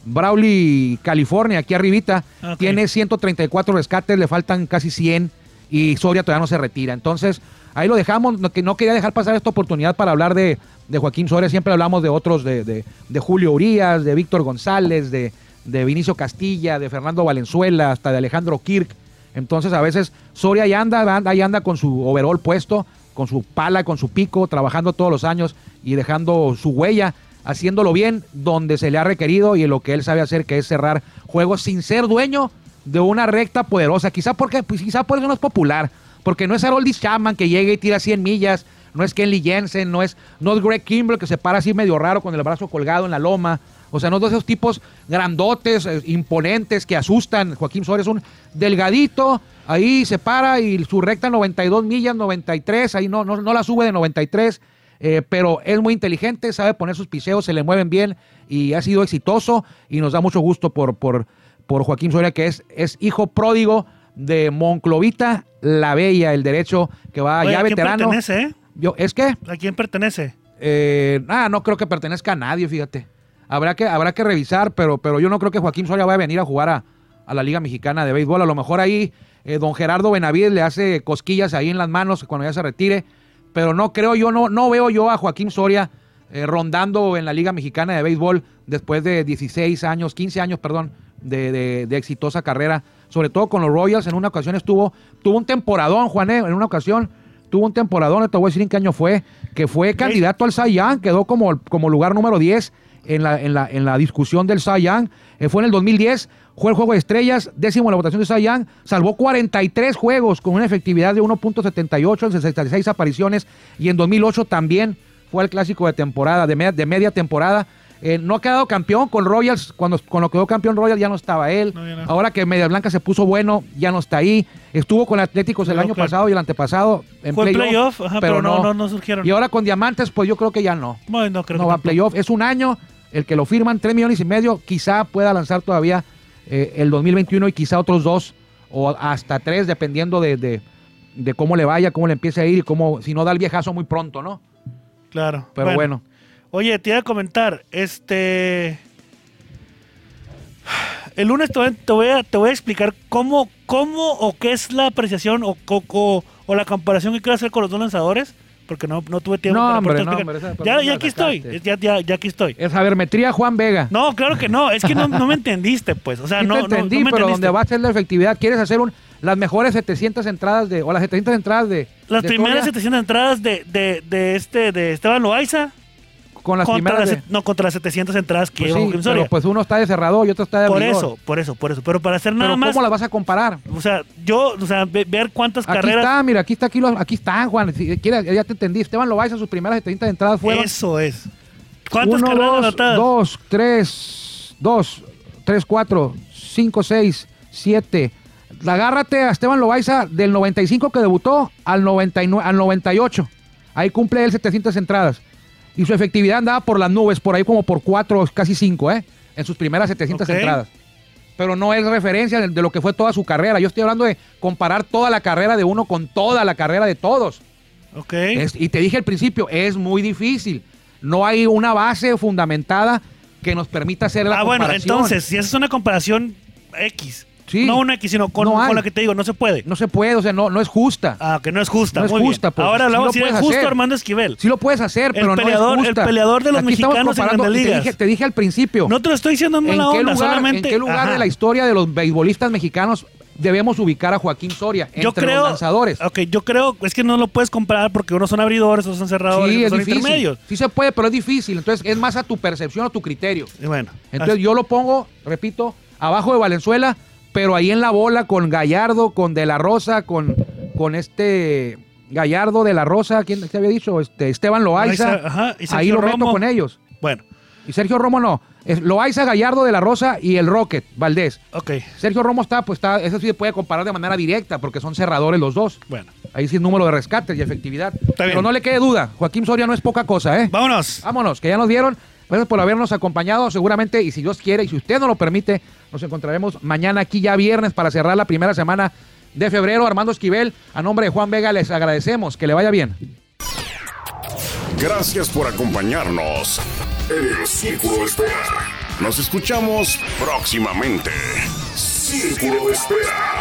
Speaker 2: Brawley, California, aquí arribita.
Speaker 1: Ok.
Speaker 2: Tiene 134 rescates, le faltan casi 100 y Soria todavía no se retira. Entonces, ahí lo dejamos. No, que no quería dejar pasar esta oportunidad para hablar de, de Joaquín Soria. Siempre hablamos de otros, de, de- de Julio Urias, de Víctor González, de, de Vinicio Castilla, de Fernando Valenzuela, hasta de Alejandro Kirk. Entonces, a veces Soria ahí anda, ahí anda con su overall puesto, con su pala, con su pico, trabajando todos los años y dejando su huella haciéndolo bien donde se le ha requerido y en lo que él sabe hacer, que es cerrar juegos sin ser dueño de una recta poderosa. Quizá porque, pues, quizá por eso no es popular, porque no es Harold Shaman que llega y tira 100 millas, no es Kenley Jensen, no es, no es Greg Kimbrell que se para así medio raro con el brazo colgado en la loma. O sea, no es de esos tipos grandotes, eh, imponentes, que asustan. Joaquín Suárez es un delgadito, ahí se para y su recta 92 millas, 93, ahí no, no, no la sube de 93. Eh, pero es muy inteligente, sabe poner sus piseos, se le mueven bien y ha sido exitoso y nos da mucho gusto por, por, por Joaquín Soria, que es, es hijo pródigo de Monclovita La Bella, el derecho que va
Speaker 1: Oye,
Speaker 2: ya
Speaker 1: ¿A quién
Speaker 2: veterano.
Speaker 1: pertenece, eh?
Speaker 2: Yo, es que,
Speaker 1: ¿A quién pertenece?
Speaker 2: eh, ah, no creo que pertenezca a nadie, fíjate. Habrá que, habrá que revisar, pero, pero yo no creo que Joaquín Soria vaya a venir a jugar a, a la Liga Mexicana de Béisbol. A lo mejor ahí eh, don Gerardo Benavides le hace cosquillas ahí en las manos cuando ya se retire, pero no creo yo, no, no veo yo a Joaquín Soria eh, rondando en la Liga Mexicana de Béisbol después de 16 años, 15 años, perdón, de, de- de exitosa carrera, sobre todo con los Royals. En una ocasión estuvo, tuvo un temporadón, Juan, eh, en una ocasión tuvo un temporadón, no te voy a decir en qué año fue, que fue candidato al Cy Young, quedó como, como lugar número 10 en la, en la, en la discusión del Cy Young. Eh, fue en el 2010, fue el juego de estrellas, décimo en la votación de Cy Young, salvó 43 juegos con una efectividad de 1.78 en 66 apariciones y en 2008 también fue el clásico de temporada, de media, de media temporada. Eh, no ha quedado campeón con Royals, cuando, cuando quedó campeón Royals ya no estaba él.
Speaker 1: No, ya no.
Speaker 2: Ahora que Media Blanca se puso bueno, ya no está ahí. Estuvo con Atléticos el
Speaker 1: Creo
Speaker 2: año
Speaker 1: que-
Speaker 2: pasado y el antepasado en
Speaker 1: Fue en
Speaker 2: playoff,
Speaker 1: playoff, ajá, pero no- no- no surgieron.
Speaker 2: Y ahora con Diamantes, pues yo creo que ya no.
Speaker 1: Bueno, no creo
Speaker 2: no
Speaker 1: que
Speaker 2: va a
Speaker 1: tampoco.
Speaker 2: playoff. Es un año el que lo firman, 3 millones y medio. Quizá pueda lanzar todavía eh, el 2021 y quizá otros dos o hasta tres, dependiendo de, de- de cómo le vaya, cómo le empiece a ir y cómo, si no da el viejazo muy pronto, ¿no?
Speaker 1: Claro.
Speaker 2: Pero bueno.
Speaker 1: Oye, te iba a comentar, este... El lunes te voy, te voy a, te voy a explicar cómo, cómo o qué es la apreciación o, co- co- o la comparación que quiero hacer con los dos lanzadores, porque no, no tuve tiempo
Speaker 2: No,
Speaker 1: para
Speaker 2: hombre,
Speaker 1: poder
Speaker 2: no,
Speaker 1: explicar.
Speaker 2: hombre, esa
Speaker 1: ya,
Speaker 2: pregunta
Speaker 1: ya
Speaker 2: la
Speaker 1: aquí estoy,
Speaker 2: sacaste.
Speaker 1: ya, ya, ya aquí estoy.
Speaker 2: Es sabermetría Juan Vega.
Speaker 1: No, claro que no, es que no, no me entendiste, pues. O sea,
Speaker 2: Sí
Speaker 1: no,
Speaker 2: te
Speaker 1: no-
Speaker 2: entendí,
Speaker 1: no me
Speaker 2: pero
Speaker 1: entendiste.
Speaker 2: donde va a ser la efectividad, quieres hacer un, las mejores 700 entradas de, o las 700 entradas de...
Speaker 1: Las
Speaker 2: de
Speaker 1: primeras
Speaker 2: Soria
Speaker 1: 700 entradas de, de, de este, de Esteban Loaiza
Speaker 2: con las
Speaker 1: contra
Speaker 2: primeras
Speaker 1: las,
Speaker 2: de-
Speaker 1: no, contra las 700 entradas que
Speaker 2: Pues
Speaker 1: llevó
Speaker 2: sí,
Speaker 1: Joaquín Soria.
Speaker 2: pero pues uno está de cerrador y otro está de
Speaker 1: por
Speaker 2: abridor.
Speaker 1: eso, por eso, por eso. Pero para hacer
Speaker 2: Pero
Speaker 1: nada
Speaker 2: ¿cómo
Speaker 1: más...
Speaker 2: las vas a comparar?
Speaker 1: O sea, yo, o sea, ve- ver cuántas
Speaker 2: Aquí
Speaker 1: carreras.
Speaker 2: está, mira, aquí está, aquí, lo- aquí está, Juan. Si quieres, ya te entendí. Esteban Loaiza, sus primeras 70 entradas fueron
Speaker 1: Eso es. ¿Cuántas
Speaker 2: 1,
Speaker 1: carreras
Speaker 2: 2,
Speaker 1: anotadas?
Speaker 2: 2, 3, 2, 3, 4, 5, 6, 7. Agárrate a Esteban Loaiza del 95 que debutó al, 99, al 98. Ahí cumple él 700 entradas. Y su efectividad andaba por las nubes, por ahí como por 4, casi 5, ¿eh? En sus primeras 700
Speaker 1: Ok.
Speaker 2: entradas. Pero no es referencia de- de lo que fue toda su carrera. Yo estoy hablando de comparar toda la carrera de uno con toda la carrera de todos.
Speaker 1: Ok.
Speaker 2: Es- y te dije al principio, es muy difícil. No hay una base fundamentada que nos permita hacer la
Speaker 1: ah, bueno,
Speaker 2: comparación.
Speaker 1: entonces, si esa es una comparación X.
Speaker 2: Sí.
Speaker 1: No una X, sino con,
Speaker 2: No hay.
Speaker 1: con la que te digo, no se puede.
Speaker 2: No se puede, o sea, no, no es justa.
Speaker 1: Ah, que no es justa.
Speaker 2: No es
Speaker 1: muy bien.
Speaker 2: justa, pues,
Speaker 1: Ahora
Speaker 2: sí
Speaker 1: lo vamos
Speaker 2: lo
Speaker 1: a decir,
Speaker 2: puedes
Speaker 1: es justo
Speaker 2: hacer.
Speaker 1: Armando Esquivel.
Speaker 2: Sí lo puedes hacer, pero
Speaker 1: peleador-
Speaker 2: no
Speaker 1: el
Speaker 2: es justa.
Speaker 1: peleador de los
Speaker 2: Aquí estamos
Speaker 1: mexicanos en
Speaker 2: comparando,
Speaker 1: Grandes
Speaker 2: y te
Speaker 1: Ligas.
Speaker 2: dije, te dije al principio.
Speaker 1: No te lo estoy diciendo en
Speaker 2: ¿En
Speaker 1: mala
Speaker 2: qué,
Speaker 1: onda,
Speaker 2: lugar,
Speaker 1: solamente.
Speaker 2: ¿En qué lugar
Speaker 1: Ajá.
Speaker 2: de la historia de los beisbolistas mexicanos debemos ubicar a Joaquín Soria entre
Speaker 1: yo creo,
Speaker 2: los lanzadores?
Speaker 1: Ok, yo creo, es que no lo puedes comparar porque unos son abridores, otros son cerradores,
Speaker 2: sí,
Speaker 1: otros
Speaker 2: es
Speaker 1: son
Speaker 2: difícil.
Speaker 1: intermedios.
Speaker 2: Sí se puede, pero es difícil. Entonces, es más a tu percepción, a tu criterio.
Speaker 1: Y bueno,
Speaker 2: Entonces yo lo pongo, repito, abajo de Valenzuela, pero ahí en la bola con Gallardo, con De La Rosa, con, con este Gallardo de la Rosa, ¿quién te había dicho? Este, Esteban
Speaker 1: Loaiza,
Speaker 2: Loaiza.
Speaker 1: ajá, y Sergio
Speaker 2: Ahí lo meto
Speaker 1: Romo.
Speaker 2: con ellos.
Speaker 1: Bueno,
Speaker 2: Y Sergio Romo no. Es Loaiza, Gallardo de la Rosa y el Rocket, Valdés.
Speaker 1: ok,
Speaker 2: Sergio Romo está, pues está, eso sí se puede comparar de manera directa porque son cerradores los dos.
Speaker 1: bueno.
Speaker 2: Ahí sí es número de rescates y efectividad. Pero
Speaker 1: bien.
Speaker 2: no le quede duda, Joaquín Soria no es poca cosa, ¿eh?
Speaker 1: Vámonos.
Speaker 2: Vámonos, que ya nos dieron. Gracias por habernos acompañado, seguramente, y si Dios quiere, y si usted no lo permite, nos encontraremos mañana aquí ya viernes para cerrar la primera semana de febrero. Armando Esquivel, a nombre de Juan Vega, les agradecemos. Que le vaya bien.
Speaker 3: Gracias por acompañarnos en el Círculo de Espera. Nos escuchamos próximamente. Círculo de Espera.